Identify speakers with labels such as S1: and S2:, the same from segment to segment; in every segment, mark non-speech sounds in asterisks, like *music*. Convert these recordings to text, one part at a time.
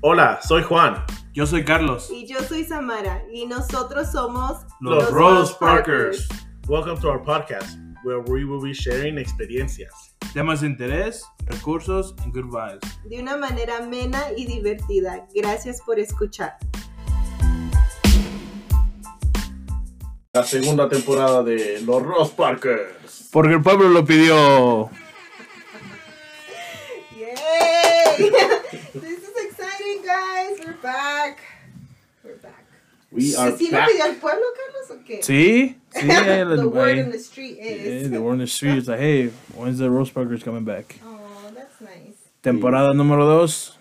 S1: Hola, soy Juan.
S2: Yo soy Carlos.
S3: Y yo soy Samara. Y nosotros somos
S2: Los, Rose Parkers.
S1: Welcome to our podcast, where we will be sharing experiencias.
S2: Temas de interés, recursos and good vibes.
S3: de una manera amena y divertida. Gracias por escuchar.
S1: La segunda temporada de Los Rose Parkers.
S2: Porque el pueblo lo pidió.
S3: Yay! *laughs* This is exciting, guys. We're back. We're back.
S1: We are
S3: ¿Sí lo
S1: back.
S3: pidió el pueblo, Carlos, o qué?
S2: Sí,
S3: *laughs*
S2: sí. ahí
S3: the
S2: lo-
S3: word
S2: ahí.
S3: in the street
S2: Yeah,
S3: is.
S2: they were in the streets like, hey, when's the Rose Parkers coming back?
S3: Oh, that's nice.
S2: Temporada número 2.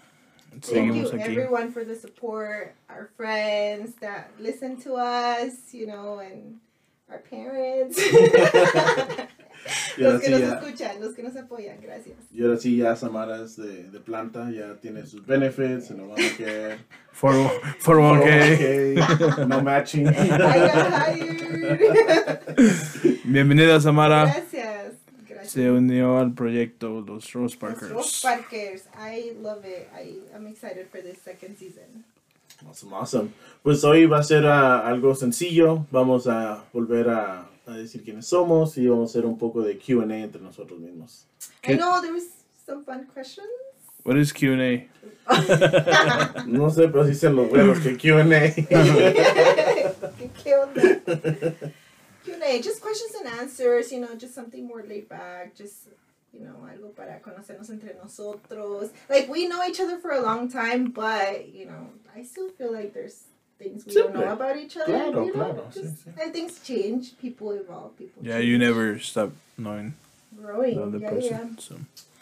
S3: Thank
S2: Seguimos
S3: you,
S2: aquí.
S3: everyone, for the support. Our friends that listen to us, you know, and our *laughs* parents.
S1: Y ahora
S3: los que
S1: sí,
S3: nos
S1: ya,
S3: escuchan, los que nos apoyan. *laughs* Gracias.
S1: y ahora sí, ya Samara es de, de planta, ya tiene sus benefits, se lo van a quedar.
S2: For, for one K.
S1: Ok, No matching.
S3: I got hired. *laughs*
S2: Bienvenida,
S3: Ah.
S2: Samara.
S3: Gracias. Gracias.
S2: Se unió al proyecto Los Rose
S3: Los
S2: Parkers.
S3: Rose Parkers. I love it. I, I'm excited for this second season.
S1: Awesome, awesome. Pues hoy va a ser ah, algo sencillo. Vamos a volver a, a decir quiénes somos y vamos a hacer un poco de QA entre nosotros mismos.
S3: I
S2: Good.
S3: know there was some fun questions.
S2: What is Q&A?
S1: No sé, pero dicen los buenos que
S3: *laughs*
S1: QA.
S3: Que onda? Q&A, just questions and answers, you know, just something more laid back, just, you know, algo para conocernos entre nosotros. Like, we know each other for a long time, but, you know, I still feel like there's things we don't know
S1: Siempre.
S3: about each other.
S1: Claro,
S3: you know?
S1: claro, sí,
S3: Just-
S1: sí.
S3: And things change, people evolve, people
S2: Yeah,
S3: change.
S2: you never stop knowing
S3: Growing,
S2: the other
S3: yeah, yeah.
S2: person. So.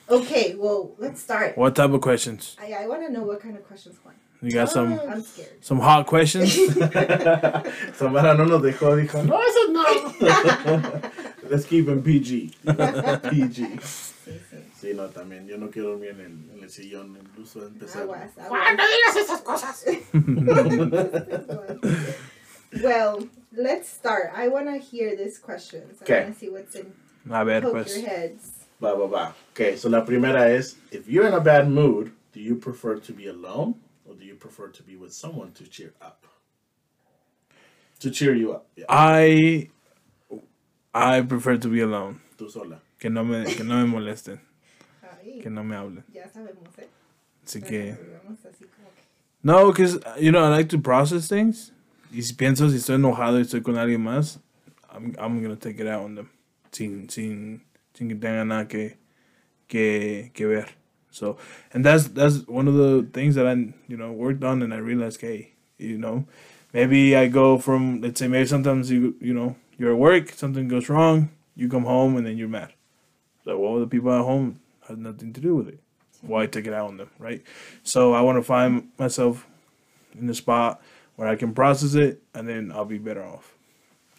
S3: Okay, well, let's start.
S2: What type of questions?
S3: I, I want to know what kind of questions Juan.
S2: You got some
S3: Ah, I'm scared.
S1: *laughs*
S3: *laughs*
S2: some hot questions?
S1: Samara no nos dejó, dijo, no, eso no. Let's keep him PG. PG.
S3: Sí, sí.
S1: Sí, no, también. Yo no quiero dormir en el, en el sillón, incluso empezar.
S3: Aguas, aguas. no digas esas cosas! *laughs* well, let's start. I want to hear these questions. I
S1: Okay.
S3: want to see what's in
S2: A ver,
S3: poke your
S2: pues.
S3: heads.
S1: Va, va, va. Okay, so la primera es, if you're in a bad mood, do you prefer to be alone or do you prefer to be with someone to cheer up? To cheer you up, yeah.
S2: I I prefer to be alone.
S1: Tú sola.
S2: Que no me que no me molesten,
S3: Ay,
S2: que no me hablen.
S3: ya sabemos, ¿eh?
S2: Así
S3: Ya
S2: que
S3: sabemos, así como que-
S2: No, because you know I like to process things. Y si pienso si estoy enojado y estoy con alguien más, I'm I'm gonna take it out on them. Sin sin sin que tenga nada que que que ver. So and that's that's one of the things that I you know worked on and I realized hey you know maybe I go from let's say maybe sometimes you you know you're at work something goes wrong you come home and then you're mad. So well the people at home had nothing to do with it. Why take it out on them right? So I want to find myself in the spot where I can process it, and then I'll be better off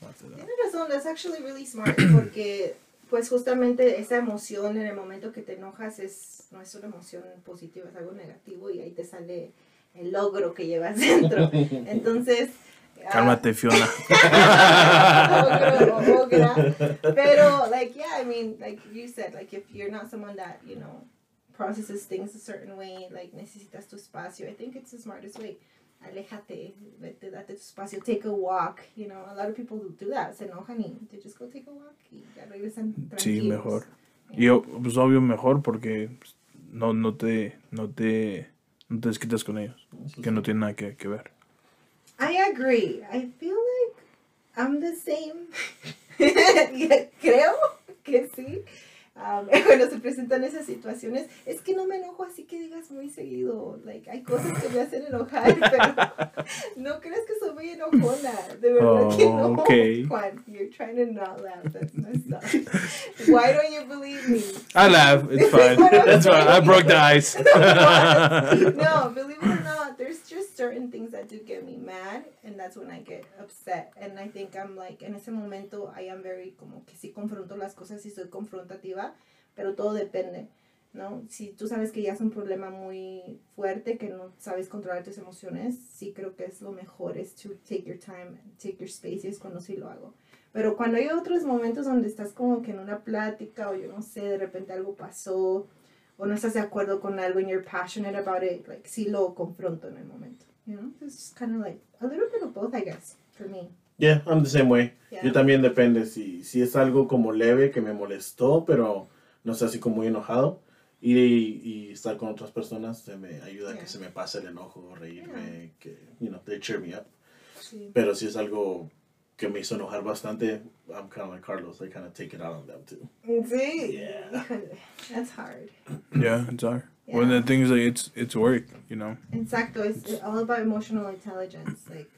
S2: after that.
S3: Tienes razón, that's actually really smart porque pues justamente esa emoción en el momento que te enojas es, no es una emoción positiva, es algo negativo y ahí te sale el logro que llevas
S2: *laughs*
S3: *laughs* dentro. Entonces... ah, *laughs*
S2: Cálmate, Fiona.
S3: Oh, girl.
S2: *laughs*
S3: Pero, like, yeah, I mean, like you said, like, if you're not someone that, you know, processes things a certain way, like, necesitas tu espacio, I think it's the smartest way. Alejate, vete, date tu espacio, take a walk, you know, a lot of people do that, se enojan y they just go take a walk y ya regresan tranquilos.
S2: Sí, mejor. Yo, pues obvio, mejor porque pues, no, no te, no te, no te desquitas con ellos, que no tienen nada que, que ver.
S3: I agree. I feel like I'm the same. Creo que sí. Um, *laughs* cuando se presentan esas situaciones, es que no me enojo así que digas muy seguido. Like, hay cosas que me hacen enojar, *laughs* pero no creas que soy muy enojona. De verdad que no.
S2: Oh, okay.
S3: Juan, you're trying to not laugh. That's messed up. Why don't you believe me?
S2: I laugh. Ah, It's fine. It's fine. I broke the ice.
S3: no, believe it or not, there's just certain things that do get me mad, and that's when I get upset. And I think I'm like, en ese momento, I am very como que sí confronto las cosas y soy confrontativa, pero todo depende, ¿no? Si tú sabes que ya es un problema muy fuerte, que no sabes controlar tus emociones, sí creo que es lo mejor, es to take your time, take your space, y es cuando sí lo hago. Pero cuando hay otros momentos donde estás como que en una plática o yo no sé, de repente algo pasó, o no estás de acuerdo con algo and you're passionate about it, like sí lo confronto en el momento. You know, it's just kind of like a little bit of both, I guess, for me.
S1: Yeah, I'm the same way.
S3: Yeah.
S1: Yo también depende. Si, si es algo como leve que me molestó, pero no sé, así como muy enojado, ir y, y estar con otras personas se me ayuda a
S3: Yeah.
S1: que se me pase el enojo, reírme, que, you know, they cheer me up.
S3: Sí.
S1: Pero si es algo que me hizo enojar bastante, I'm kind of like Carlos, I kind of take it out on them too.
S3: Sí.
S1: Yeah.
S3: Híjole, That's hard.
S2: *laughs* Yeah, it's hard. One
S3: Yeah.
S2: of the things like it's it's work, you know.
S3: Exacto. It's it's all about emotional intelligence. Like,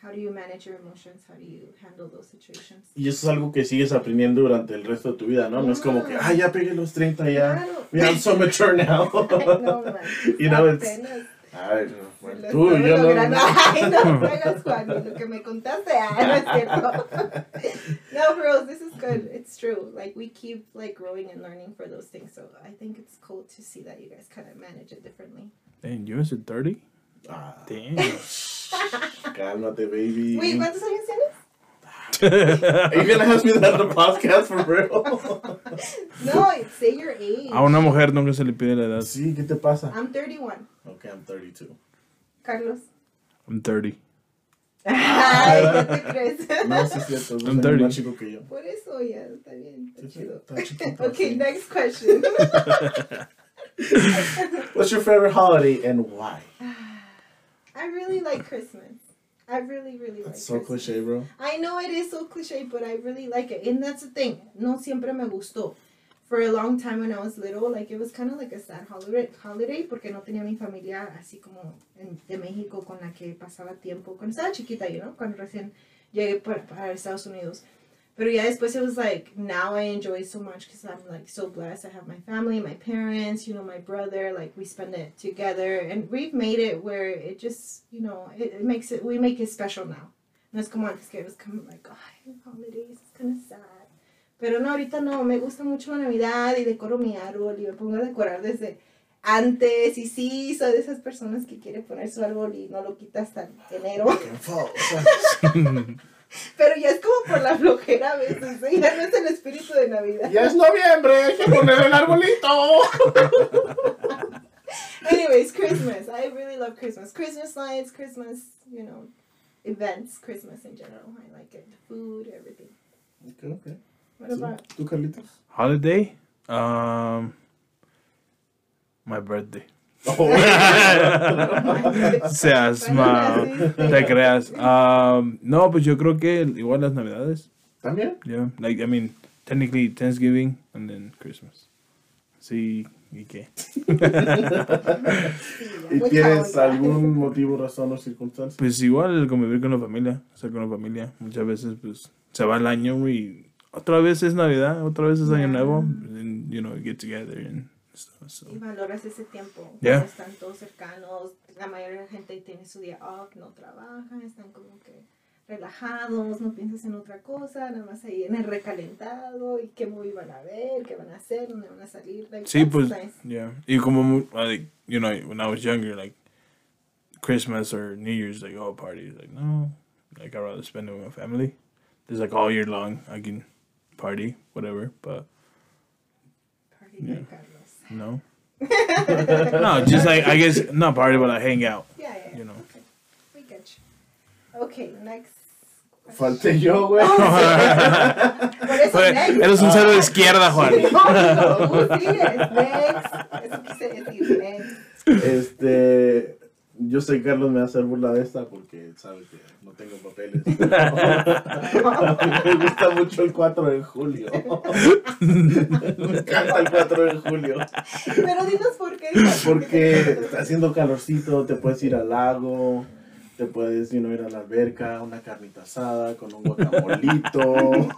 S3: how do you manage your emotions? How do you handle those situations?
S1: Y eso es algo que sigues aprendiendo durante el resto de tu vida, ¿no? No es como que, ah, ya pegué los 30, ya.
S3: Claro.
S1: Ya, I'm so mature now.
S3: *laughs* No, man.
S1: You know, it's-
S3: Apenas
S1: *laughs* Ay, no, bueno,
S3: lo
S1: tú,
S3: estoy
S1: yo no.
S3: logrando.
S1: no.
S3: *laughs*
S1: *laughs*
S3: Ay, no juegas, Juan, lo que me contaste, ah, no es cierto. *laughs* No, bros, this is good. It's true. Like, we keep, like, growing and learning for those things. So, I think it's cool to see that you guys kind of manage it differently.
S2: Dang, you was at thirty?
S1: Ah,
S2: Damn.
S1: cálmate, baby.
S3: Wait, ¿cuántos años tienes?
S1: Are you gonna ask me that on the podcast for real?
S3: No, say your age.
S2: *laughs*
S1: Ah,
S2: A una mujer nunca se le pide la edad.
S1: sí, ¿qué te pasa?
S3: I'm 31.
S1: Okay, I'm 32. *laughs*
S3: Carlos.
S2: I'm 30.
S3: Ay, ya te crees.
S1: No, sí es cierto. Es
S2: I'm
S1: años
S2: 30.
S1: más chico que yo.
S3: *laughs* Por eso ya está bien, está
S1: Sí, sí,
S3: chido.
S1: está
S3: *laughs*
S1: chiquito,
S3: Okay,
S1: sí.
S3: next question.
S1: *laughs* What's your favorite holiday and why?
S3: I really like Christmas. I really, really like
S1: That's so
S3: Christmas.
S1: cliche, bro.
S3: I know it is so cliche, but I really like it. And that's the thing. No siempre me gustó. For a long time when I was little, like it was kind of like a sad holiday, holiday porque no tenía mi familia así como en- de México con la que pasaba tiempo. Cuando estaba chiquita, you know, cuando recién llegué para, para Estados Unidos. Pero ya después it was like, now I enjoy so much because I'm like so blessed. I have my family, my parents, you know, my brother. Like we spend it together and we've made it where it just, you know, it, it makes it, we make it special now. No es como antes que it was kind of like, ay, holidays, it's kind of sad. Pero no, ahorita no, me gusta mucho la Navidad y decoro mi árbol y me pongo a decorar desde antes. Y sí, soy de esas personas que quiere poner su árbol y no lo quita hasta enero.
S1: Fucking false.
S3: Pero ya es como por la flojera a veces, ¿eh? ya no es el espíritu de Navidad.
S1: ya es noviembre, hay que poner el arbolito.
S3: Anyways, Christmas. I really love Christmas. Christmas lights, Christmas, you know, events, Christmas in general. I like it. Food, everything.
S1: Okay, okay.
S3: What about
S1: Sí. ¿Tú, Carlitos?
S2: *laughs*
S1: *laughs*
S2: Holiday? Um my birthday.
S1: Oh,
S2: Seas ma te creas. Um no, pues yo creo que igual las navidades.
S1: ¿También?
S2: Yeah. Like I mean technically Thanksgiving and then Christmas. Sí, ¿y qué?
S1: ¿Y
S3: Muy
S1: tienes
S3: caótica.
S1: algún motivo, razón o circunstancia?
S2: Pues igual el convivir con la familia, estar con la familia. Muchas veces pues se va el año güey, y otra vez es Navidad, otra vez es Año Nuevo. And, you know, get together and stuff. So.
S3: Y valoras ese tiempo.
S2: Yeah.
S3: cuando Están todos cercanos. La mayoría de la gente tiene su día off, no trabajan, están como que relajados, no piensas en otra cosa, nada más ahí en el recalentado y qué movie van a ver, qué van a hacer, dónde van a salir. like,
S2: Sí,
S3: that's
S2: pues,
S3: nice.
S2: yeah. Y como, mu- like, you know, when I was younger, like, Christmas or New Year's, like, all parties. Like, no. Like, I'd rather spend it with my family. There's, like, all year long, I can party, whatever, but
S3: Party de
S2: *laughs*
S3: Carlos. *laughs*
S2: no. no, just, like, I guess, not party, but I hang out, *laughs*
S3: Yeah, yeah, yeah.
S2: you know.
S3: Okay. We get you. Okay, next.
S1: Falté yo, güey.
S2: Oh,
S3: Por eso,
S2: Oye,
S3: next.
S2: Eres un cero de izquierda, Juan.
S3: No, no, tú sigues, next. Eso quise decir, next.
S1: Este, yo sé que Carlos me va a hacer burla de esta porque sabe que no tengo papeles. me gusta mucho el 4 de julio. me encanta el 4 de julio.
S3: Pero dinos por qué. Juan,
S1: Porque
S3: te
S1: está haciendo calorcito, te puedes ir al lago, te puedes you know, ir a la alberca, una carnita asada con un guacamolito.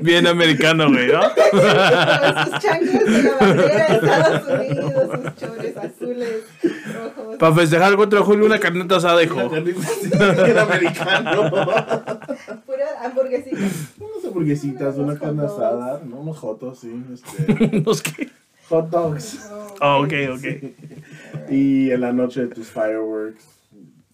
S2: Bien americano, güey, ¿no? *laughs*
S3: Con sus chanclas de la bandera de Estados Unidos, sus chores azules, rojos.
S2: Para festejar el 4 de julio, una carnita asada,
S1: *laughs* Una
S2: hijo.
S1: *laughs* carnita asada, bien americano.
S3: Pura hamburguesita.
S1: Unas hamburguesitas, una
S3: Unos hot
S1: carne
S3: dogs.
S1: asada, ¿no? unos jotos, sí. Este,
S2: Los que-
S1: hot dogs.
S2: Oh, ok, ok.
S1: *laughs* Y en la noche tus fireworks.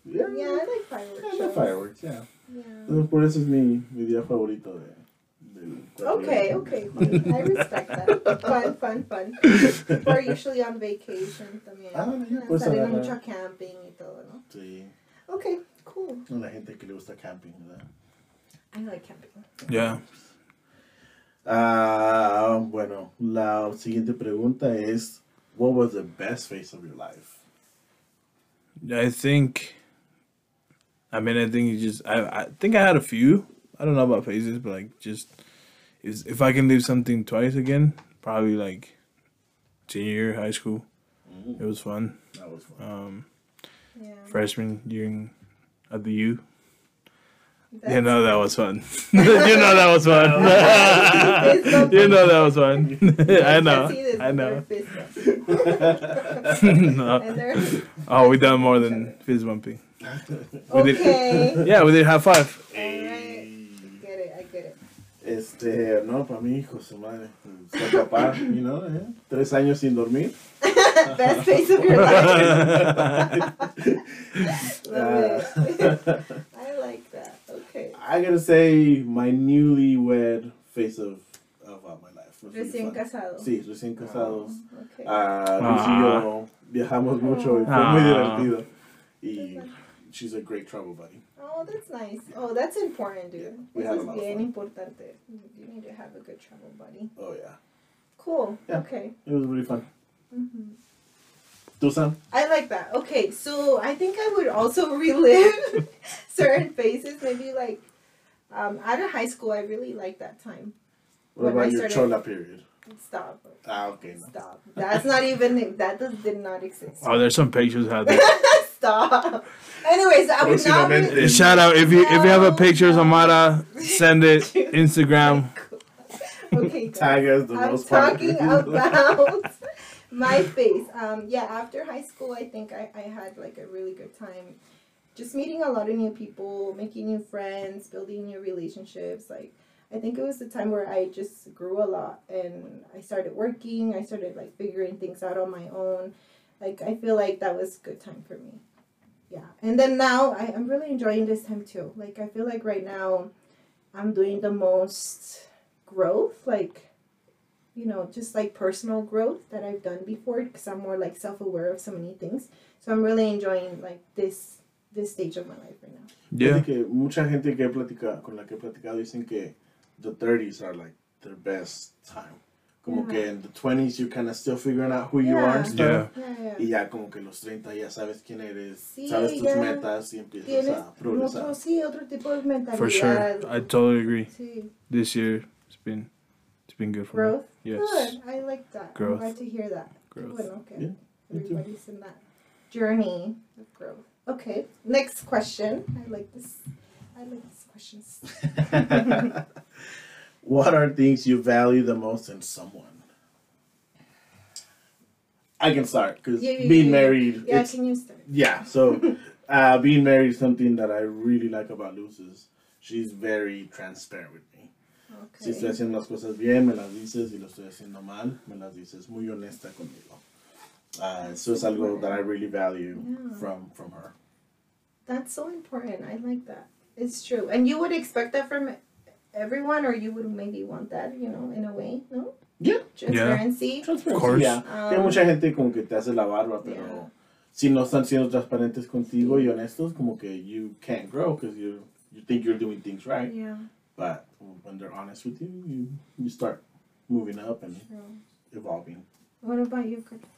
S1: Yeah,
S3: Yeah, I like
S1: yeah, the
S3: fireworks.
S1: fireworks, yeah.
S3: Yeah.
S1: Entonces, por eso es mi, mi día favorito de, de in
S3: Okay,
S1: graduating.
S3: okay, fine. I respect that. Fun, fun, fun. We're usually on vacation también.
S1: Ah, no, yo
S3: Ah,
S1: pues,
S3: Saliendo
S1: ah,
S3: mucho a camping y todo, ¿no?
S1: Sí.
S3: Okay, cool.
S1: La gente que le gusta camping, ¿verdad?
S3: I like camping.
S2: Yeah.
S1: Ah, bueno, la siguiente pregunta es, what was the best phase of your life?
S2: I think. I mean, I think you just. I, I think I had a few. I don't know about phases, but like just, is if I can live something twice again, probably like, senior year of high school,
S1: Mm,
S2: it was fun.
S1: that was
S2: *laughs*
S1: fun.
S2: Um,
S3: Yeah.
S2: freshman year in, at the U,
S3: That's-
S2: you know that was fun.
S3: *laughs*
S2: *laughs* you know that was *laughs* fun.
S3: It's so
S2: you know that was fun. *laughs* I know.
S3: see this
S2: I
S3: with
S2: know. Uh,
S3: their fist bump.
S2: *laughs*
S3: And
S2: No.
S3: they're,
S2: Oh, we done more
S3: *laughs*
S2: than fist bumping. We did-
S3: okay.
S2: Yeah, we did high five.
S1: Ey.
S3: Get it, I get it.
S1: Este, no, para mí, hijo de su madre, soy papá, you know, eh, tres años sin dormir.
S3: *laughs* Best face of
S1: *laughs*
S3: your life. Love it. *laughs*
S1: Ah.
S3: I like that. Okay.
S1: *laughs* I gotta say, my newlywed face of, of uh, my life. was really
S3: Recién
S1: fun.
S3: casado. Oh,
S1: Sí, recién casados.
S3: Okay.
S1: Ah, Luis y
S2: Ah.
S1: yo viajamos mucho y fue
S2: Ah.
S1: muy divertido. Y
S3: Qué bueno.
S1: she's a great travel buddy.
S3: Oh, that's nice. Oh, that's important, dude.
S1: We
S3: This
S1: had a
S3: is
S1: lot of fun.
S3: bien importante. You need to have a good travel buddy.
S1: Oh, yeah.
S3: Cool.
S1: Yeah.
S3: Okay.
S1: It was really fun.
S3: hmm
S1: ¿Tú, Sam?
S3: I like that. Okay, so I think I would also *laughs* relive certain phases. Maybe like um, out of high school, I really liked that time.
S1: What
S3: When I
S1: about your
S3: started-
S1: chola period?
S3: Stop.
S1: Ah, okay. No.
S3: Stop. That's not even, that does, did not exist. *laughs*
S2: Oh, there's some pictures out there.
S3: Stop. Anyways, I would not.
S1: Próximamente.
S3: Re-
S2: Shout out if you if you have a picture of
S3: No.
S2: Amara, send it Instagram.
S3: okay, guys.
S1: Tag us, the
S3: I'm
S1: most part. *laughs*
S3: talking about *laughs* my face. Um, yeah, after high school, I think I, I had like a really good time just meeting a lot of new people, making new friends, building new relationships. Like, I think it was the time where I just grew a lot and I started working, I started like figuring things out on my own. Like, I feel like that was a good time for me. Yeah. And then now I, I'm really enjoying this time too. Like, I feel like right now I'm doing the most growth. Like, you know, just like personal growth that I've done before because I'm more like self aware of so many things. So I'm really enjoying like this this stage of my life right now.
S2: Yeah.
S1: Fíjate que mucha gente que he platicado, con la que he platicado dicen que the 30s are like their best time. Como
S3: Yeah.
S1: que in the 20s you're kind of still figuring out who you
S3: Yeah.
S1: are and stuff.
S2: Yeah.
S3: Yeah,
S1: Y ya como que los 30 ya sabes quién eres,
S3: Sí,
S1: sabes tus
S3: ya.
S1: metas y empiezas
S3: Tienes
S1: a progresar.
S3: otro, sí, otro tipo de mentalidad.
S2: For sure. I totally agree.
S3: sí,
S2: This year it's been it's been good for me.
S3: growth.
S2: Yes.
S3: Good. I like that.
S2: Growth.
S3: I'm glad to hear that.
S2: Growth.
S3: Bueno, okay.
S1: Yeah, me too.
S3: Everybody's in that journey of growth. Okay. Next question. I like this. I like these questions.
S1: what are things you value the most in someone? I can start because
S3: Yeah, yeah,
S1: being
S3: yeah, yeah.
S1: married,
S3: Yeah,
S1: it's,
S3: can you start?
S1: yeah.
S3: *laughs*
S1: So uh, being married is something that I really like about Luz is she's very transparent with me. Si estoy
S3: Okay.
S1: haciendo las cosas bien, me las dices. Si lo estoy haciendo mal, me las dices. Muy honesta conmigo. Uh, eso es algo that I really value
S3: Yeah.
S1: from from her.
S3: That's so important. I like that. It's true. And you would expect that from everyone, or you would maybe want that, you know, in a way, no?
S1: Yeah.
S3: Transparency.
S1: Transparency,
S2: course.
S1: yeah. Hay
S3: Um,
S1: mucha gente como que te hace la barba, pero
S3: Yeah.
S1: si no están siendo transparentes contigo y honestos, como que you can't grow because you you think you're doing things right,
S3: Um, yeah.
S1: but when they're honest with you, you you start moving up and
S3: True.
S1: evolving.
S3: *laughs* What about you, Curtis?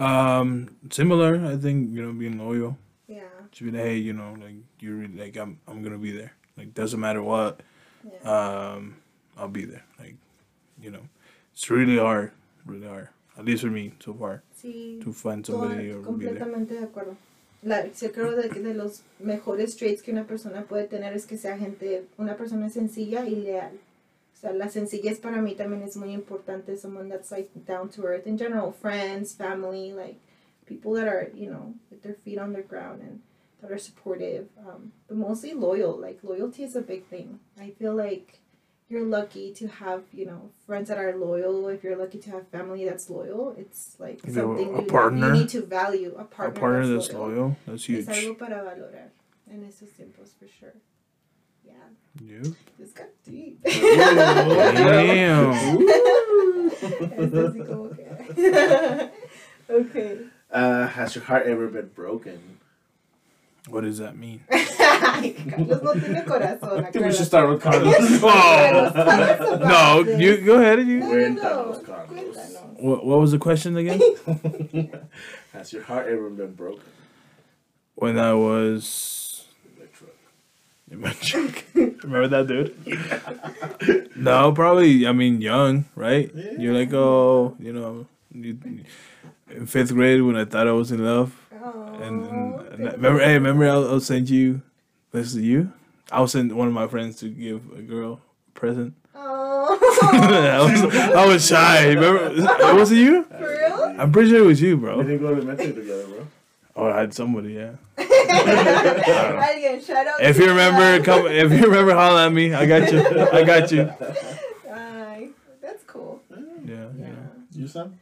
S2: Um similar, I think, you know, being loyal.
S3: Yeah.
S2: Just be like, hey, you know, like you really like I'm I'm gonna be there. Like doesn't matter what,
S3: Yeah.
S2: um, I'll be there. Like, you know. It's really hard, really hard. At least for me so far.
S3: sí.
S2: To find
S3: Todo-
S2: somebody or be there.
S3: completamente de acuerdo. La, yo creo de, que de los mejores traits que una persona puede tener es que sea gente, una persona sencilla y leal. O sea, la sencillez para mí también es muy importante. Someone that's like down to earth in general, friends, family, like people that are, you know, with their feet on the ground and that are supportive, um, but mostly loyal. Like loyalty is a big thing. I feel like you're lucky to have, you know, friends that are loyal. If you're lucky to have family that's loyal, it's like
S2: If you have
S3: something
S2: a
S3: you,
S2: partner-
S3: you need to value. A partner,
S2: a partner that's
S3: that's
S2: loyal, that's huge.
S3: Es algo para valorar en estos tiempos, for sure. yeah,
S2: Yep.
S3: this got
S2: *laughs*
S3: deep. *laughs*
S2: Damn.
S3: Es así como que- *laughs* okay.
S1: Uh, has your heart ever been broken?
S2: What does that mean?
S3: Ay,
S2: *laughs*
S3: Carlos no tiene corazón.
S4: I think we should
S3: acuérdate.
S4: start with
S3: *laughs*
S4: Carlos.
S2: Oh. No, you go ahead. You.
S3: No, no, no.
S1: Cuéntanos, Carlos.
S3: Cuéntanos.
S2: What, what was the question *laughs* again?
S1: Has your heart ever been broken?
S2: When I was *laughs*
S1: Electra.
S2: Remember that dude?
S1: *laughs*
S2: no, probably. I mean, young, right? You're like, oh, you know, you, in fifth grade when I thought I was in love, and, and, and I- remember, hey, remember I'll, I'll send you. This is you. I'll send one of my friends to give a girl a present. *laughs*
S3: Oh,
S2: I, was, I was shy. Remember, was it you?
S3: for real?
S2: I'm pretty sure it was you,
S1: We
S2: bro.
S1: didn't go to elementary together, bro.
S2: Or I had somebody, yeah.
S3: *laughs* Alguien, shout out
S2: If
S3: to
S2: you
S1: *laughs*
S3: that.
S2: remember, come. If you remember, holla at me. I got you. *laughs* I got you.
S3: Ay, that's cool.
S2: Yeah,
S3: Yeah.
S2: yeah.
S1: You,
S2: *laughs*
S1: son?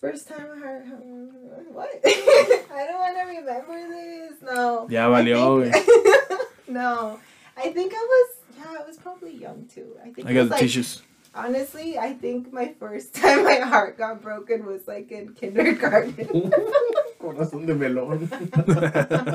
S3: First time I heard. What? *laughs* I don't want to remember this. No.
S2: Ya valió,
S3: I
S2: güey.
S3: think- *laughs* no. I think I was. Yeah, I was probably young too. I think
S2: I
S3: it
S2: got
S3: was
S2: the
S3: like,
S2: tissues. *laughs*
S3: Honestly, I think my first *laughs* time my heart got broken was like in kindergarten.
S1: Corazón de melón.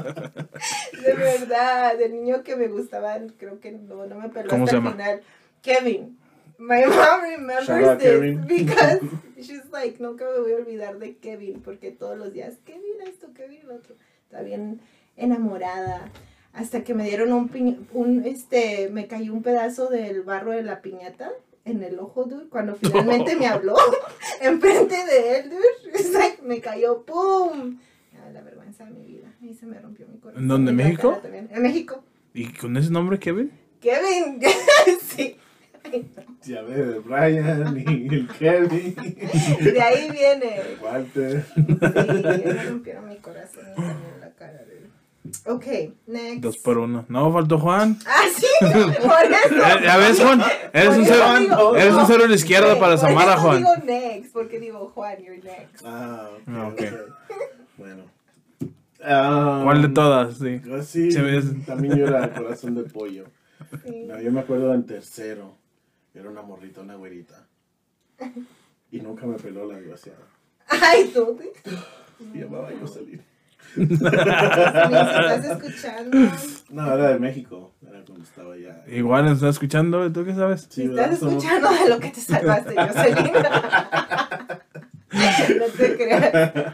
S3: de verdad, del niño que me gustaban, creo que no, no me peló
S2: ¿Cómo
S3: hasta
S2: se
S3: el
S2: llama?
S3: final. Kevin. My mom remembers
S1: Shout out,
S3: this
S1: Kevin.
S3: because she's like, nunca me voy a olvidar de Kevin, porque todos los días, Kevin esto, Kevin lo otro. Está bien enamorada. Hasta que me dieron un, piñ- un, este, me cayó un pedazo del barro de la piñata en el ojo, dude,
S2: *laughs*
S3: cuando finalmente me habló, *laughs* enfrente de él, dude, It's like, me cayó, ¡pum! Ah, la vergüenza de mi vida, ahí se me rompió mi corazón.
S2: ¿En dónde,
S3: Y la
S2: México?
S3: cara también. En México.
S2: ¿Y con ese nombre, Kevin?
S3: Kevin, *laughs* sí.
S1: *laughs* Ya ves, de Brian y el
S3: *laughs*
S1: Kevin. *laughs*
S3: De ahí viene.
S1: Walter.
S3: Sí, me rompieron mi corazón y también la cara de él. Ok, next.
S2: Dos por uno. No, faltó Juan.
S3: Ah, sí, *laughs* por eso.
S2: *laughs* Eh, *laughs* ¿Ya ves, Juan? Eres un
S3: Por eso
S2: cero,
S3: digo,
S2: eres un
S3: no.
S2: cero a la izquierda
S3: Ok,
S2: para
S3: por
S2: Samara,
S3: eso
S2: Juan.
S3: digo next, porque digo, Juan, you're next.
S1: *laughs* Ah, ok.
S2: Ah, ok.
S1: ok. Bueno. Ah,
S2: ¿Cuál de
S1: *laughs*
S2: todas? Sí.
S1: yo Sí,
S2: Se ve-
S1: también yo era el corazón de pollo.
S3: Sí.
S1: No, yo me acuerdo en tercero. Era una morrita, una güerita. Y nunca me peló la desgraciada.
S3: Ay, tú. te-
S1: Y llamaba yo salir.
S3: Si nos estás
S2: *laughs*
S3: escuchando,
S1: No, era de México. Era cuando estaba ya.
S2: Igual nos está escuchando, ¿tú qué sabes?
S1: Sí,
S3: si estás
S1: ¿verdad? Somos-
S3: escuchando de lo que te salvaste, Jocelyn.
S2: *laughs*
S3: *laughs* no te creas.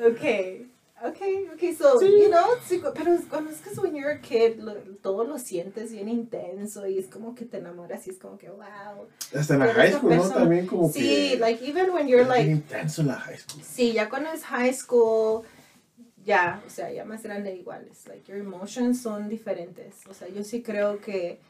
S3: Ok. Okay, okay, so, you know, sí, cu- pero es- cuando es que es when you're a kid, lo- todo lo sientes bien intenso y es como que te enamoras y es como que, wow.
S1: Hasta en la
S3: Pero
S1: high
S3: esa
S1: school, ¿no?
S3: persona-
S1: También como que.
S3: Sí, like, even when
S1: era
S3: you're
S1: bien
S3: like,
S1: intenso en la high school.
S3: Sí, ya cuando es high school, ya, o sea, ya más grande iguales. Like, your emotions son diferentes. O sea, yo sí creo que,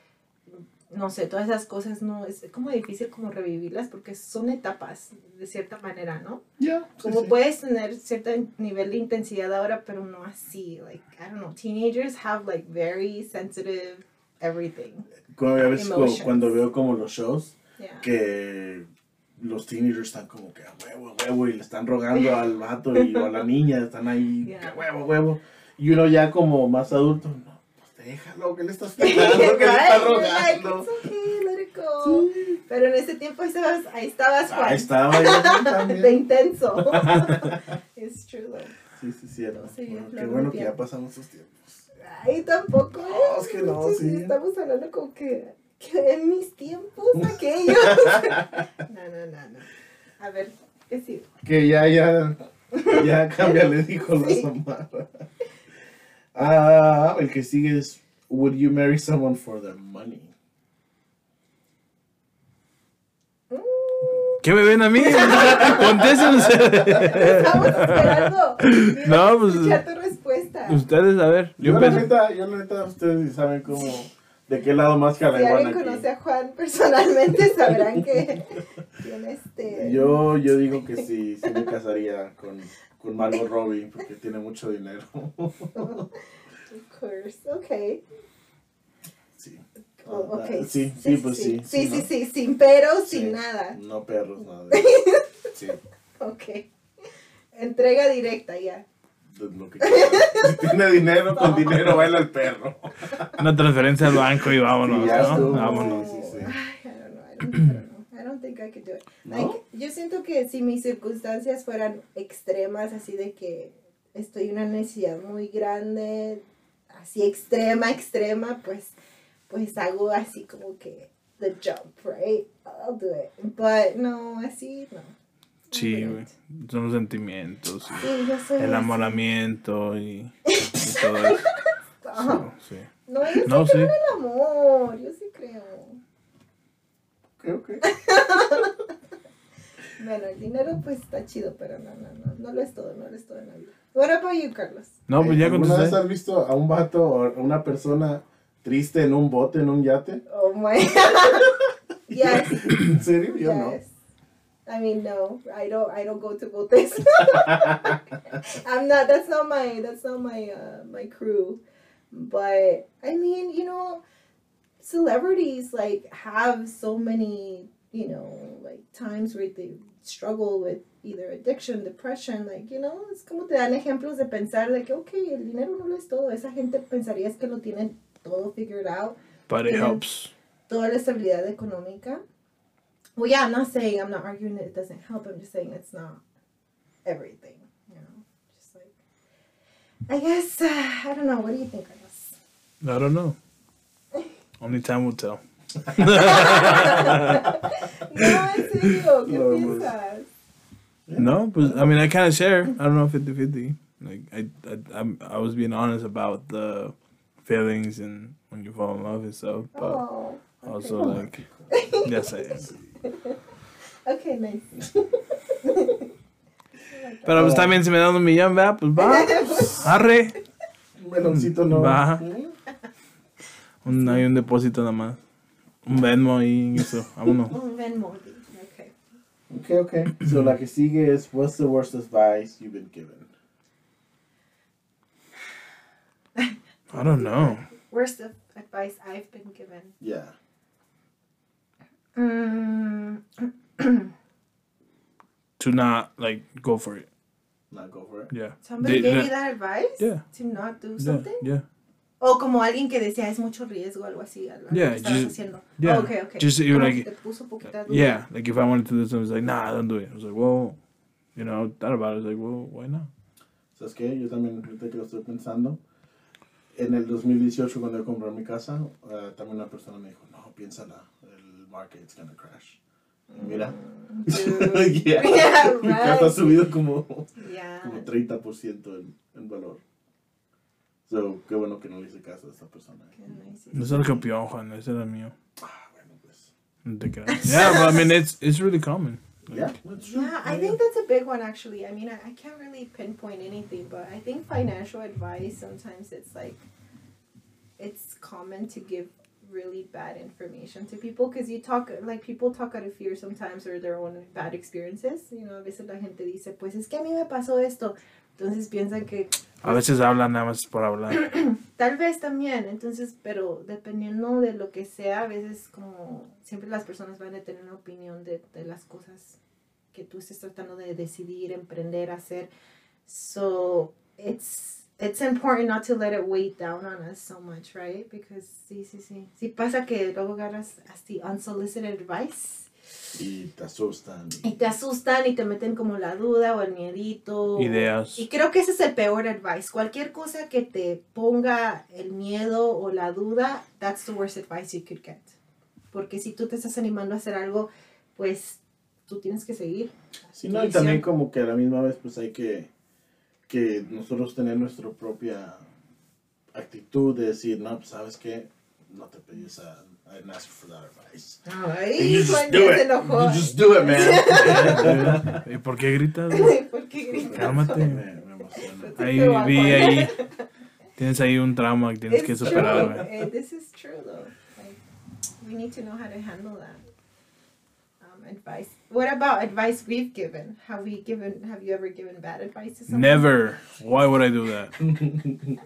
S3: no sé, todas esas cosas no, es como difícil como revivirlas porque son etapas, de cierta manera, ¿no?
S1: Ya. sí,
S3: Como
S1: sí.
S3: puedes tener cierto nivel de intensidad ahora, pero no así. Like, I don't know, teenagers have like very sensitive everything.
S1: Cuando, a veces como-
S3: Emotions.
S1: cuando veo como los shows
S3: Yeah.
S1: que *laughs* los teenagers están como que a huevo, a huevo y le están rogando al vato y o a la niña, están ahí que a
S3: Yeah.
S1: huevo, a huevo. Y uno ya como más adulto, no, pues déjalo, que le estás pegando, que le estás
S3: *laughs* Right? You're like,
S1: rogando.
S3: "It's okay, let it go. Pero en ese tiempo ahí estabas, ahí estabas Juan.
S1: Ahí estaba
S3: *laughs*
S1: yo
S3: de
S1: también.
S3: intenso.
S1: *laughs*
S3: Es true. though.
S1: Sí, sí, cierto.
S3: Sí,
S1: Bueno,
S3: lo
S1: qué bueno que ya
S3: rompieron.
S1: pasamos esos tiempos.
S3: Ay, tampoco.
S1: No, es que no,
S3: Sí,
S1: sí.
S3: Estamos hablando como que, que en mis tiempos
S1: *laughs*
S3: aquellos. no, no, no, no. A ver, ¿qué sigue?
S1: Que ya, ya, ya *laughs* cambia, le dijo la
S3: Sí.
S1: Samara. Ah, el que sigue es, would you marry someone for their money?
S3: Mm,
S2: ¿Qué me ven a mí? *laughs* Contesten ustedes.
S3: Estamos esperando. Mira,
S2: No, pues-
S3: Escuchar tu respuesta.
S2: Ustedes, a ver.
S1: Yo,
S2: Yo
S1: la
S2: empecé.
S1: neta, yo la neta, ustedes sí saben cómo, de qué lado más que
S3: Si alguien
S1: aquí.
S3: conoce a Juan personalmente, sabrán que tiene este.
S1: Yo, yo digo que sí, sí me casaría con, con Margot Robbie, porque tiene mucho dinero. *laughs*
S3: Of course. Okay.
S1: Sí,
S3: Oh, okay.
S1: Sí, sí, pues sí,
S3: Sí, sí,
S1: sí,
S3: sí, sin pero,
S1: Sí.
S3: sin nada.
S1: no
S3: *laughs*
S1: perros, nada. de eso. Sí,
S3: Ok. Entrega directa ya.
S1: lo que quieras. si tiene dinero, con dinero baila el perro.
S2: Una transferencia al banco y vámonos,
S1: Sí, ya
S2: ¿no?
S1: estuvo.
S2: Vámonos.
S1: sí, sí.
S3: Ay, I don't know, I don't, I don't know. I don't think I could do it. Like, yo siento que si mis circunstancias fueran extremas, así de que estoy en una necesidad muy grande, así extrema, extrema, pues, pues hago así como que the jump, right? I'll do it. But no, así no.
S2: Sí, güey. Son los sentimientos. y
S3: Sí, yo soy
S2: El
S3: así.
S2: amoramiento y, y todo eso.
S3: Ah,
S2: Sí.
S3: No, yo sí
S2: No,
S3: creo
S2: sí.
S3: en el amor, yo sí creo.
S1: Ok, ok.
S3: Bueno, el dinero pues está chido, pero no, no, no, no lo es todo, no lo es todo en la vida. What about you, Carlos?
S2: No, pues ya
S1: Eh, ¿Alguna vez
S2: contesté.
S1: has visto a un vato o a una persona triste en un bote, en un yate? *laughs*
S3: Oh *laughs* my god. yes.
S1: ¿En serio? Yo no.
S3: yes. I mean no. I don't I don't go to botes. *laughs* I'm not that's not my that's not my uh my crew. But I mean, you know, celebrities like have so many, you know, like times where they struggle with either addiction, depression, like, you know, es como te dan ejemplos de pensar like, okay, el dinero no lo es todo. Esa gente pensarías que lo tienen todo figured out.
S2: But it
S3: Yeah.
S2: helps.
S3: toda la estabilidad económica. Well, yeah, I'm not saying, I'm not arguing that it doesn't help. I'm just saying it's not everything, you know? Just like, I guess, uh, I don't know. What do you think, Carlos?
S2: I don't know. Only time will tell.
S3: *laughs* No, en serio, ¿qué
S1: No, pues.
S3: piensas?
S2: No, but I mean, I kind of share. I don't know, 50 50. Like, I, I, I'm, I was being honest about the feelings and when you fall in love and stuff. But
S3: Oh,
S2: also, like, yes, I am.
S3: okay, *laughs* nice.
S2: Pero
S1: Oh.
S2: pues también se me da un millón, ¿verdad? Pues
S3: *laughs*
S2: va. Arre.
S1: Un meloncito no.
S2: Va.
S1: ¿Eh?
S2: Un, hay un depósito nada más. Un Venmo ahí, *laughs* eso. Vámonos.
S3: Un Venmo, okay.
S1: Ok, ok. So la que sigue es, what's the worst advice you've been given?
S2: I don't know.
S3: Worst of advice I've been given.
S1: Yeah.
S3: Mm,
S2: To not, like, go for it.
S1: Not go for it.
S2: Yeah.
S3: somebody
S2: They-
S3: gave
S2: they-
S3: you that advice
S2: Yeah.
S3: to not do
S2: Yeah,
S3: something?
S2: yeah.
S3: O como alguien que decía es mucho riesgo, algo así, algo que
S2: Yeah,
S3: estabas
S2: just-
S3: haciendo.
S2: yeah,
S3: Oh, okay, okay.
S2: just you
S3: Como
S2: like-
S3: que te puso poquita duda.
S2: Yeah, like if I wanted to do something, it's like, nah, don't do it. I was like, well, you know, I thought about it. I was like, well, why not?
S1: ¿Sabes qué? Yo también, ahorita que lo estoy pensando, en el 2018 cuando yo compré mi casa, eh, también una persona me dijo, no, piénsala, el market's gonna crash. Y Mira.
S2: *laughs*
S3: Dude.
S1: *laughs* yeah.
S3: Mm. *laughs* Yeah,
S1: Mi casa ha
S3: right. Ah.
S1: subido como,
S3: Yeah.
S1: como 30% en, en valor. So, qué bueno que no le hice caso a esa persona.
S3: Qué nice.
S2: No es el campeón, Juan. Ese era mío.
S1: Ah, bueno, pues.
S2: No te creas. *laughs* Yeah, but I mean, it's it's really common.
S1: Yeah, that's true.
S3: Mm. Yeah, I think that's a big one actually. I mean, I, I can't really pinpoint anything, but I think financial advice sometimes it's like it's common to give really bad information to people because you talk like people talk out of fear sometimes or their own bad experiences. You know, a veces la gente dice, pues es que a mí me pasó esto. Entonces piensan que
S2: A veces hablan nada más por hablar.
S3: Tal vez también, entonces, pero dependiendo de lo que sea, a veces como siempre las personas van a tener una opinión de, de las cosas que tú estés tratando de decidir, emprender, hacer. So, it's, it's important not to let it weigh down on us so much, right? Because, sí, sí, sí. Si pasa que luego agarras así unsolicited advice
S1: Y te asustan.
S3: y te asustan y te meten como la duda o el miedito. o- *laughs*
S2: Ideas.
S3: y creo que ese es el peor advice. Cualquier cosa que te ponga el miedo o la duda, that's the worst advice you could get. Porque si tú te estás animando a hacer algo, pues tú tienes que seguir.
S1: Sí, no, y también como que a la misma vez pues hay que, que nosotros tener nuestra propia actitud de decir, no, pues sabes qué, no te pedí esa, I didn't ask for that advice. And
S3: Ay,
S1: you
S3: Juan
S1: just do
S3: ya se
S1: it.
S3: enojó.
S1: You
S3: *laughs*
S1: just do it, man.
S2: ¿Y por qué gritas?
S3: ¿Por qué Pues, grita?
S1: me,
S2: Cálmate.
S1: me emociona.
S2: Ahí viví,
S3: *laughs*
S2: ahí. Tienes ahí un trauma que tienes que
S3: It's true.
S2: superar, güey.
S3: Eh, This is true, though. Like, we need to know how to handle that. Um, advice. What about advice we've given? Have we given? Have you ever given bad advice to someone?
S2: Never. Why would I do that?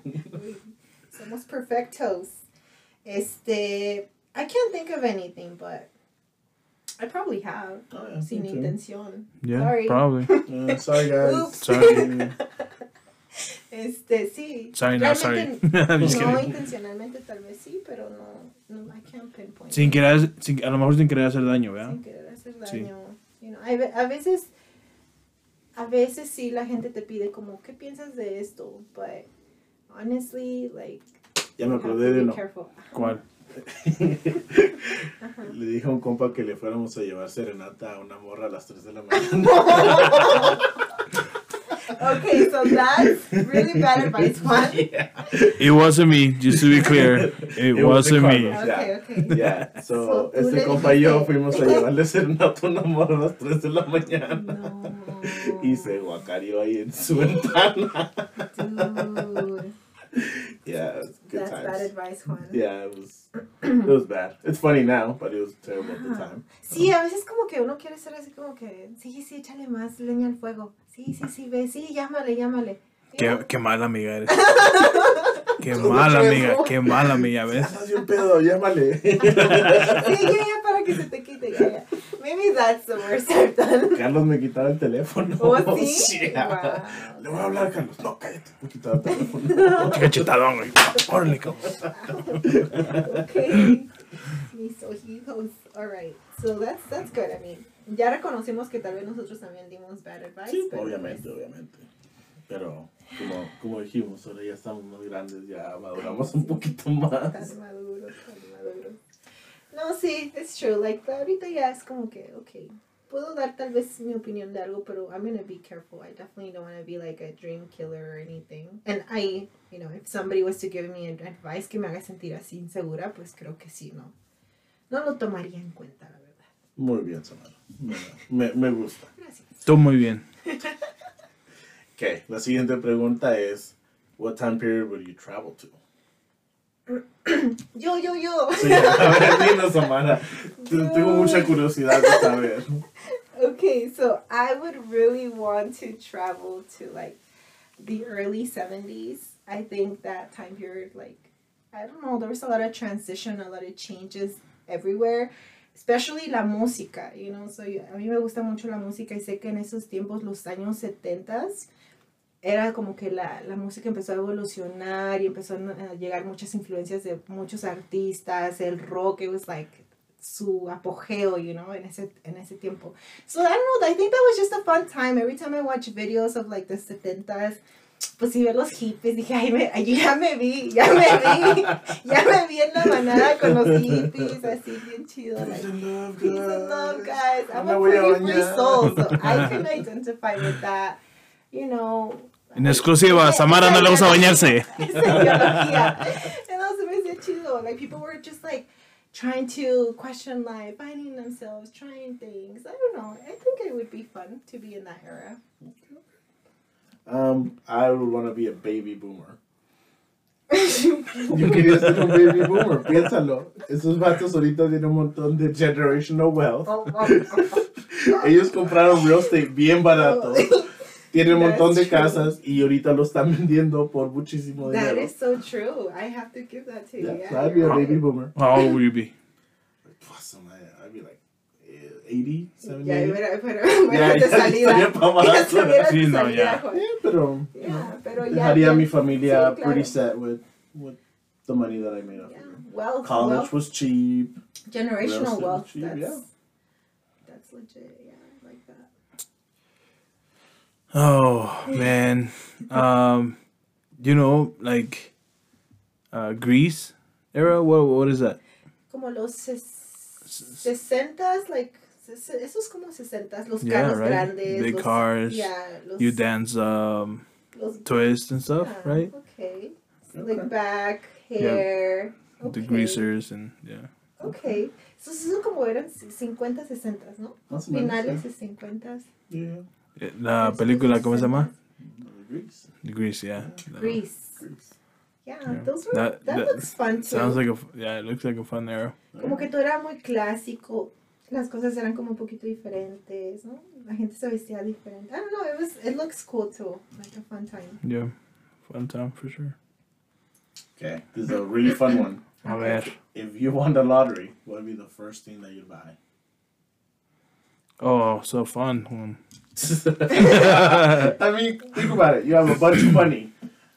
S3: *laughs* Somos perfectos. Este, I can't think of anything, but I probably have.
S1: Oh, yeah,
S3: Sin
S1: me too.
S3: intención.
S2: Yeah,
S3: Sorry.
S1: Ah,
S2: probably.
S1: Uh, sorry, guys.
S3: Oops.
S2: Sorry.
S3: *laughs* Este, sí.
S2: Sorry, not sorry.
S3: Realmente
S2: I'm *laughs* just
S3: No
S2: kidding.
S3: intencionalmente, tal vez sí, pero no, no I can't pinpoint.
S2: Sin querer, sin- a lo mejor sin querer hacer daño, ¿verdad?
S3: sin querer hacer
S2: Sí.
S3: daño. you know. Hay ve- a veces, a veces sí la gente te pide como, ¿qué piensas de esto? But honestly, like,
S1: Ya me
S3: you have
S1: acordé de
S3: to be
S1: uno.
S3: careful. Ajá,
S2: ¿Cuál?
S1: *laughs*
S3: ajá.
S1: Le dije a un compa que le fuéramos a llevar serenata a una morra a las 3 de la
S3: *laughs*
S1: mañana.
S3: Okay, so that's really bad advice, Juan.
S2: It wasn't me, just to be *laughs* clear. It,
S1: It wasn't
S2: wasn't me.
S1: Carlos.
S3: Okay,
S1: *laughs*
S3: okay.
S1: Ya, so,
S3: So, tú
S1: este
S3: le
S1: compa y yo
S3: dijiste-
S1: fuimos a llevarle serenata a una morra a las 3 de la mañana.
S3: No.
S1: *laughs* Y se guacarió ahí en su ventana. *laughs*
S3: Dude,
S1: Yeah, it was good
S3: that's bad
S1: times.
S3: advice, Juan.
S1: Yeah, it was, it was bad. It's funny now, but it was terrible at the
S3: Ajá.
S1: time.
S3: Sí, a veces como que uno quiere ser así como que, sí, sí, échale más leña al fuego. Sí, sí, sí, ve, sí, llámale, llámale.
S2: Qué, qué mala amiga
S3: *laughs*
S2: eres. Qué
S1: Todo
S2: mala
S1: eso.
S2: amiga, qué mala amiga, ¿ves?
S1: Estás bien pedo, llámale.
S3: *laughs* Sí, ya, ya, para que se te quite, ya, ya. Maybe that's the worst I've
S1: *laughs*
S3: done.
S1: Carlos me quitaba el teléfono. *laughs*
S3: ¿Oh, sí?
S1: Yeah.
S3: Wow.
S1: Le voy a hablar a Carlos. No, cállate. Me quitaba el
S3: *laughs*
S1: teléfono.
S2: Qué cachetadón, güey. Órale, cabrón.
S3: Okay. Sí, so he goes, all right. So that's, that's good, I mean. Ya reconocemos que tal vez nosotros también dimos bad
S1: *laughs*
S3: advice.
S1: Sí,
S3: pero
S1: obviamente, obviamente. Pero como, como dijimos, ahora ya estamos más grandes, ya maduramos un poquito más.
S3: Tan maduro, tan maduro. No, sí, it's true. Like, ahorita ya es como que, okay, puedo dar tal vez mi opinión de algo, pero I'm gonna be careful. I definitely don't wanna be like a dream killer or anything. And I, you know, if somebody was to give me advice que me haga sentir así insegura, pues creo que sí, no. No lo tomaría en cuenta, la verdad.
S1: Muy bien, Samara. Bueno, Me, me gusta.
S3: Gracias.
S2: Tú muy bien.
S1: Ok, la siguiente pregunta es, what time period will you travel to?
S3: Yo, yo, yo.
S1: Sí, a ver, *laughs* dinos, Samara. Te- Tengo mucha curiosidad de saber.
S3: Okay, so I would really want to travel to like the early 70s. I think that time period, like, I don't know, there was a lot of transition, a lot of changes everywhere, especially la música, you know. So yo- a mí me gusta mucho la música y sé que en esos tiempos, los años 70s, era como que la, la música empezó a evolucionar y empezó a llegar muchas influencias de muchos artistas, el rock, it was like su apogeo, you know, en ese, en ese tiempo. So I don't know. I think that was just a fun time. Every time I watch videos of like the setentas, pues si veo los hippies, dije, ay, me, ay, ya me vi, ya me vi, *laughs* ya me vi en la manada con los hippies, así bien chido.
S1: Peace
S3: like,
S1: and love,
S3: Peace and love, guys. I'm
S1: No
S3: a
S1: voy a
S3: pretty free
S1: bañar.
S3: soul, so
S1: *laughs*
S3: I can identify with that. You know.
S2: En exclusiva, Samara no le gusta
S3: *laughs*
S2: bañarse.
S3: Esa ideología. And also, me hacía chido. Like, people were just like trying to question life, finding themselves, trying things. I don't know. I think it would be fun to be in that era.
S1: Um, I would want to be a baby boomer.
S3: That's
S1: Yo quería ser un baby boomer, piénsalo. Esos vatos ahorita tienen un montón de generational wealth. Ellos compraron real estate bien barato. Tienen un montón de
S3: That's true.
S1: casas y ahorita lo están vendiendo por muchísimo
S3: that
S1: dinero.
S3: is so true. I have to give that to you.
S1: Yeah,
S3: Yeah,
S1: so I'd be a
S3: you're
S1: baby
S3: right.
S1: boomer.
S2: How old will you be?
S1: Plus, I'm like- I'd be like eh, 80, 70.
S3: Ya,
S1: Yeah, *laughs*
S3: pero, *laughs* pero, bueno,
S1: Ya,
S3: de
S1: ya estaría
S3: salida.
S1: pa'
S3: *laughs*
S1: abajo.
S3: Ya estuviera
S2: Sí,
S3: de
S2: no,
S3: salida,
S2: ya.
S3: Juan.
S1: Eh, pero you know,
S3: Yeah, pero ya.
S1: dejaría a mi
S3: Sí,
S1: familia
S3: claro.
S1: pretty set with, with the money that I made off
S3: Yeah.
S1: of it.
S3: Wealth,
S1: College
S3: wealth,
S1: was cheap. real
S3: generational
S1: estate
S3: wealth.
S1: achieve,
S3: that's,
S1: yeah.
S3: that's legit. Yeah, I like that.
S2: Oh man, um, you know, like uh, Greece era. What what is that?
S3: Como los ses- sesentas, like ses- esos como sesentas, los
S2: Yeah,
S3: carros
S2: right.
S3: grandes,
S2: Big
S3: los,
S2: cars.
S3: yeah, los,
S2: You dance um,
S3: los-
S2: twist and stuff,
S3: ah,
S2: right?
S3: Okay,
S1: Okay.
S3: like back
S2: Yeah.
S3: hair.
S2: The
S3: Okay.
S2: greasers and yeah.
S3: Okay, entonces eso como eran 50, 60, ¿no?
S1: Más o menos,
S3: Finales de 50.
S1: Yeah.
S2: Eh, La película cómo se llama?
S1: Yeah. Greece.
S2: The Grease, yeah. No.
S3: Grease.
S1: Greece.
S3: Yeah,
S2: Yeah.
S3: those were,
S2: That-
S3: that,
S2: that
S3: looks fun too.
S2: Sounds like a f- yeah. It looks like a fun era.
S3: Como que todo era muy clásico, las cosas eran como un poquito diferentes, ¿no? La gente se vestía diferente. I don't know, it was, it looks cool too, like a fun time.
S2: Yeah, fun time for sure.
S1: Okay, this is a really fun one.
S2: A ver.
S1: If you won the lottery, what would be the first thing that you'd *laughs* buy?
S2: Oh, so
S3: *laughs*
S2: fun one.
S1: I mean, think about it. You have a bunch of money.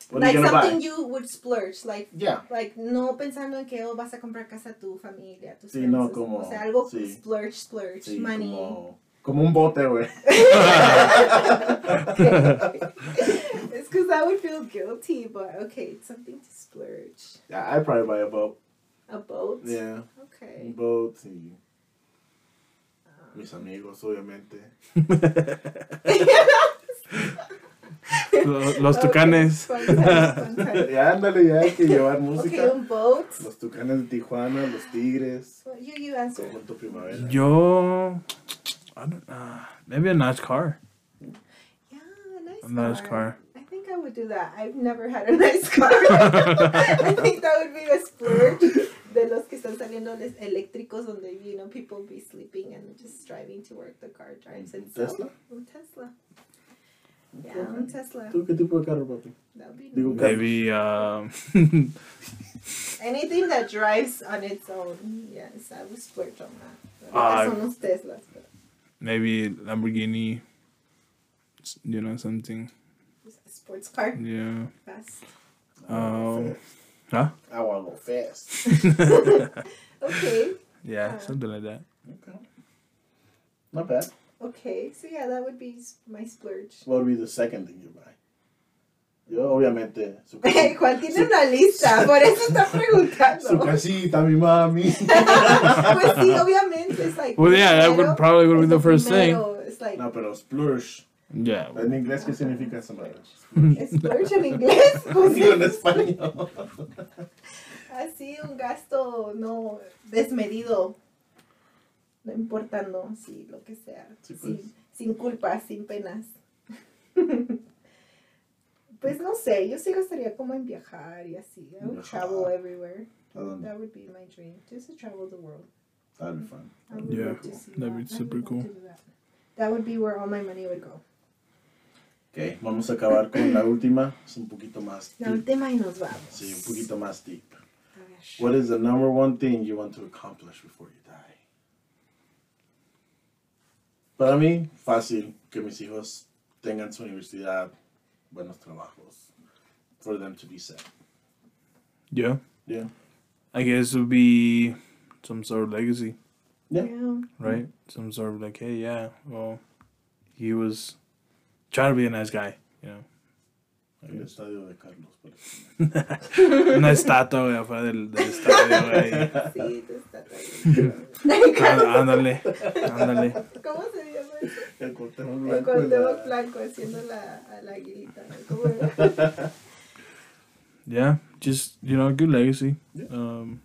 S1: What are
S3: like
S1: you gonna
S3: something
S1: buy?
S3: you would splurge, like
S1: Yeah.
S3: like no pensando en que oh, vas a comprar casa a tu familia, a tus
S1: Sí, no,
S3: finanzas,
S1: como-
S3: o sea, algo
S1: sí.
S3: splurge, splurge,
S1: Sí,
S3: money.
S1: como, como un bote, güey.
S3: *laughs* It's because I would feel guilty, but okay, it's something to splurge.
S1: Yeah, I'd probably buy a boat.
S3: A boat.
S1: Yeah, un
S3: Okay.
S1: boat y mis amigos,
S3: *laughs*
S1: obviamente.
S3: Um.
S1: *laughs*
S2: Lo- Los tucanes.
S3: Okay, fun times, fun times.
S1: Ya, ándale, ya hay que llevar
S3: okay,
S1: música.
S3: un boat.
S1: Los tucanes de Tijuana, los tigres,
S3: So you you answer.
S1: conjunto primavera.
S2: *laughs* Yo. I don't, uh, maybe a nice car.
S3: Yeah, a nice
S2: A nice car.
S3: I think I would do that. I've never had a *laughs* nice car. I think that would be a splurge de los que están saliendo les eléctricos donde you know people be sleeping and just driving to work. The car drives
S1: ¿Un
S3: itself.
S1: Tesla?
S3: Un Tesla. Yeah, un Tesla.
S1: ¿Tú qué tipo de carro, papi?
S3: That would be
S1: Digo,
S3: nice.
S2: Maybe. Um, *laughs*
S3: anything that drives on its own. Yes, I would splurge on that.
S2: Ah.
S3: Son los Teslas. Pero
S2: maybe Lamborghini. S- You know, something.
S3: it's a sports car.
S2: Yeah.
S3: Fast.
S2: Um, huh?
S1: ¿Ah? I wanna go fast.
S3: Okay.
S2: *laughs* Yeah, something like that.
S1: Okay. Not bad.
S3: Okay. So yeah, that would be s- my
S1: *laughs*
S3: splurge.
S1: What would be the second thing you buy? Yo, obviamente,
S3: *laughs*
S1: su casita,
S3: Juan tiene una lista, por eso
S1: *laughs*
S3: está preguntando. *laughs*
S1: su casita mi mami. *laughs*
S3: pues sí, obviamente. It's like
S2: Well, yeah, that would
S3: primero
S2: probably would be
S3: es lo
S2: the first thing.
S3: primero, It's like,
S1: No, pero splurge.
S2: Yeah.
S1: En inglés, ¿qué significa esa madre?
S3: splurge en inglés.
S1: *laughs*
S3: Pues,
S1: Digo en español.
S3: *laughs*
S1: *laughs*
S3: Así, un gasto no desmedido. No importando, sí, lo que sea.
S1: Sí, pues.
S3: sin, sin culpas, sin penas. *laughs* pues no sé, yo sí gastaría como en viajar y así. I would
S1: Viajar.
S3: travel everywhere.
S1: ¿A
S2: Um,
S1: dónde?
S3: That would be my dream, just to travel the world.
S1: That'd be fun.
S3: I would
S2: Yeah,
S3: love to see
S2: that'd be
S3: that. I
S2: super
S3: would
S2: cool.
S3: love to do That. That would be where all my money would go.
S1: Ok, vamos a acabar con la última. Es un poquito más
S3: La
S1: deep.
S3: última y nos vamos.
S1: Sí, un poquito más deep.
S3: A ver.
S1: What is the number one thing you want to accomplish before you die? Para mí, fácil. Que mis hijos tengan su universidad, buenos trabajos. For them to be set.
S2: Yeah.
S1: Yeah.
S2: I guess it would be some sort of legacy,
S1: Yeah.
S3: Yeah.
S2: right? Some sort of like, hey, yeah, well, he was trying to be a nice guy, *laughs* you
S1: El estadio de Carlos. pues.
S2: know. Una estatua güey, afuera del, del *laughs* estadio, güey.
S3: Sí, tú
S1: *laughs*
S3: estás *laughs* ahí.
S1: Ah.
S2: Á- Ándale, ándale.
S3: ¿Cómo se llama eso?
S1: *laughs* El Cuauhtémoc
S3: El
S1: Blanco. y
S3: Cuauhtémoc
S1: la-
S3: Blanco haciendo la, a la aguilita. ¿no? ¿Cómo
S1: *laughs*
S3: era?
S2: Yeah, just, you know, good legacy.
S1: Yeah.
S2: Um,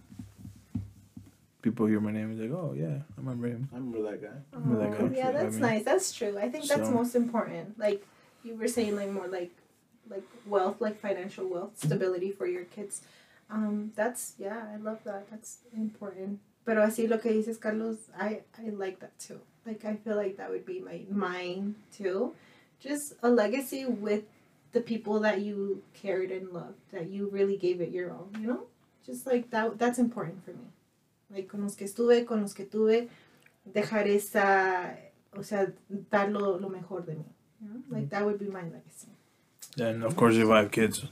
S2: people hear my name and they're like, oh, yeah, I remember him.
S1: I remember that guy.
S2: Remember that
S3: Oh,
S2: guy?
S3: yeah,
S2: I
S3: that's
S2: mean-
S3: nice. That's true. I think that's
S2: So-
S3: most important. Like you were saying, like more like like wealth, like financial wealth, stability for your kids. Um, that's yeah, I love that. That's important. Pero así lo que dices, Carlos, I I like that too. Like I feel like that would be my mine too. Just a legacy with the people that you cared and loved, that you really gave it your all. You know, just like that. That's important for me. Like con los que estuve, con los que tuve, dejar esa, o sea, dar lo, lo mejor de mí. you know? Like that would be my legacy.
S2: And of course, if I have kids,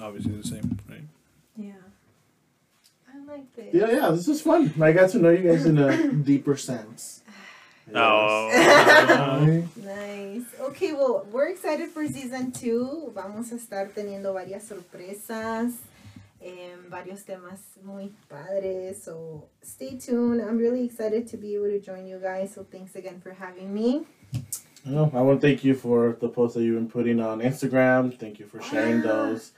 S2: obviously the same, right?
S3: Yeah. I like this.
S1: Yeah, yeah, this is fun. I got to know you guys in a deeper sense.
S2: Oh.
S3: Nice. Okay, well, we're excited for season two. Vamos a estar teniendo varias sorpresas, em, varios temas muy padres. So stay tuned. I'm really excited to be able to join you guys. So thanks again for having me.
S1: Well, I want to thank you for the posts that you've been putting on Instagram. Thank you for sharing
S3: Yeah.
S1: those.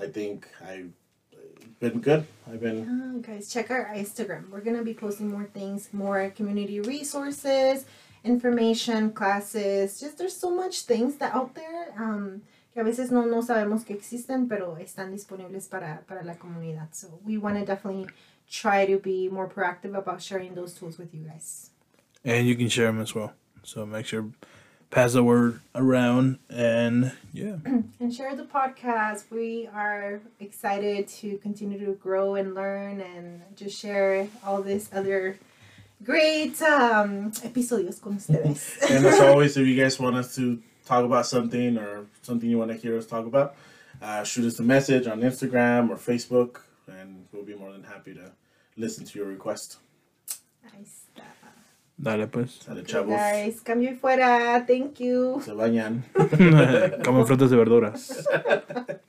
S1: I think I've been good. I've been
S3: Yeah, Oh, guys, check our Instagram. We're gonna be posting more things, more community resources, information, classes. Just there's so much things that out there um, que a veces no, no sabemos que existen, pero están disponibles para, para la comunidad. So we want to definitely try to be more proactive about sharing those tools with you guys.
S2: *laughs* and you can share them as well. So make sure pass the word around, and yeah,
S3: And share the podcast. We are excited to continue to grow and learn and just share all this other great um, episodios con ustedes.
S1: *laughs* and as always, if you guys want us to talk about something or something you want to hear us talk about, uh, shoot us a message on Instagram or Facebook, and we'll be more than happy to listen to your request.
S3: Ahí está.
S2: Dale, pues. *laughs*
S1: Sale,
S3: Okay,
S1: chavos.
S3: guys, cambio y fuera. Thank you.
S1: Se bañan.
S2: Comen frutas y verduras.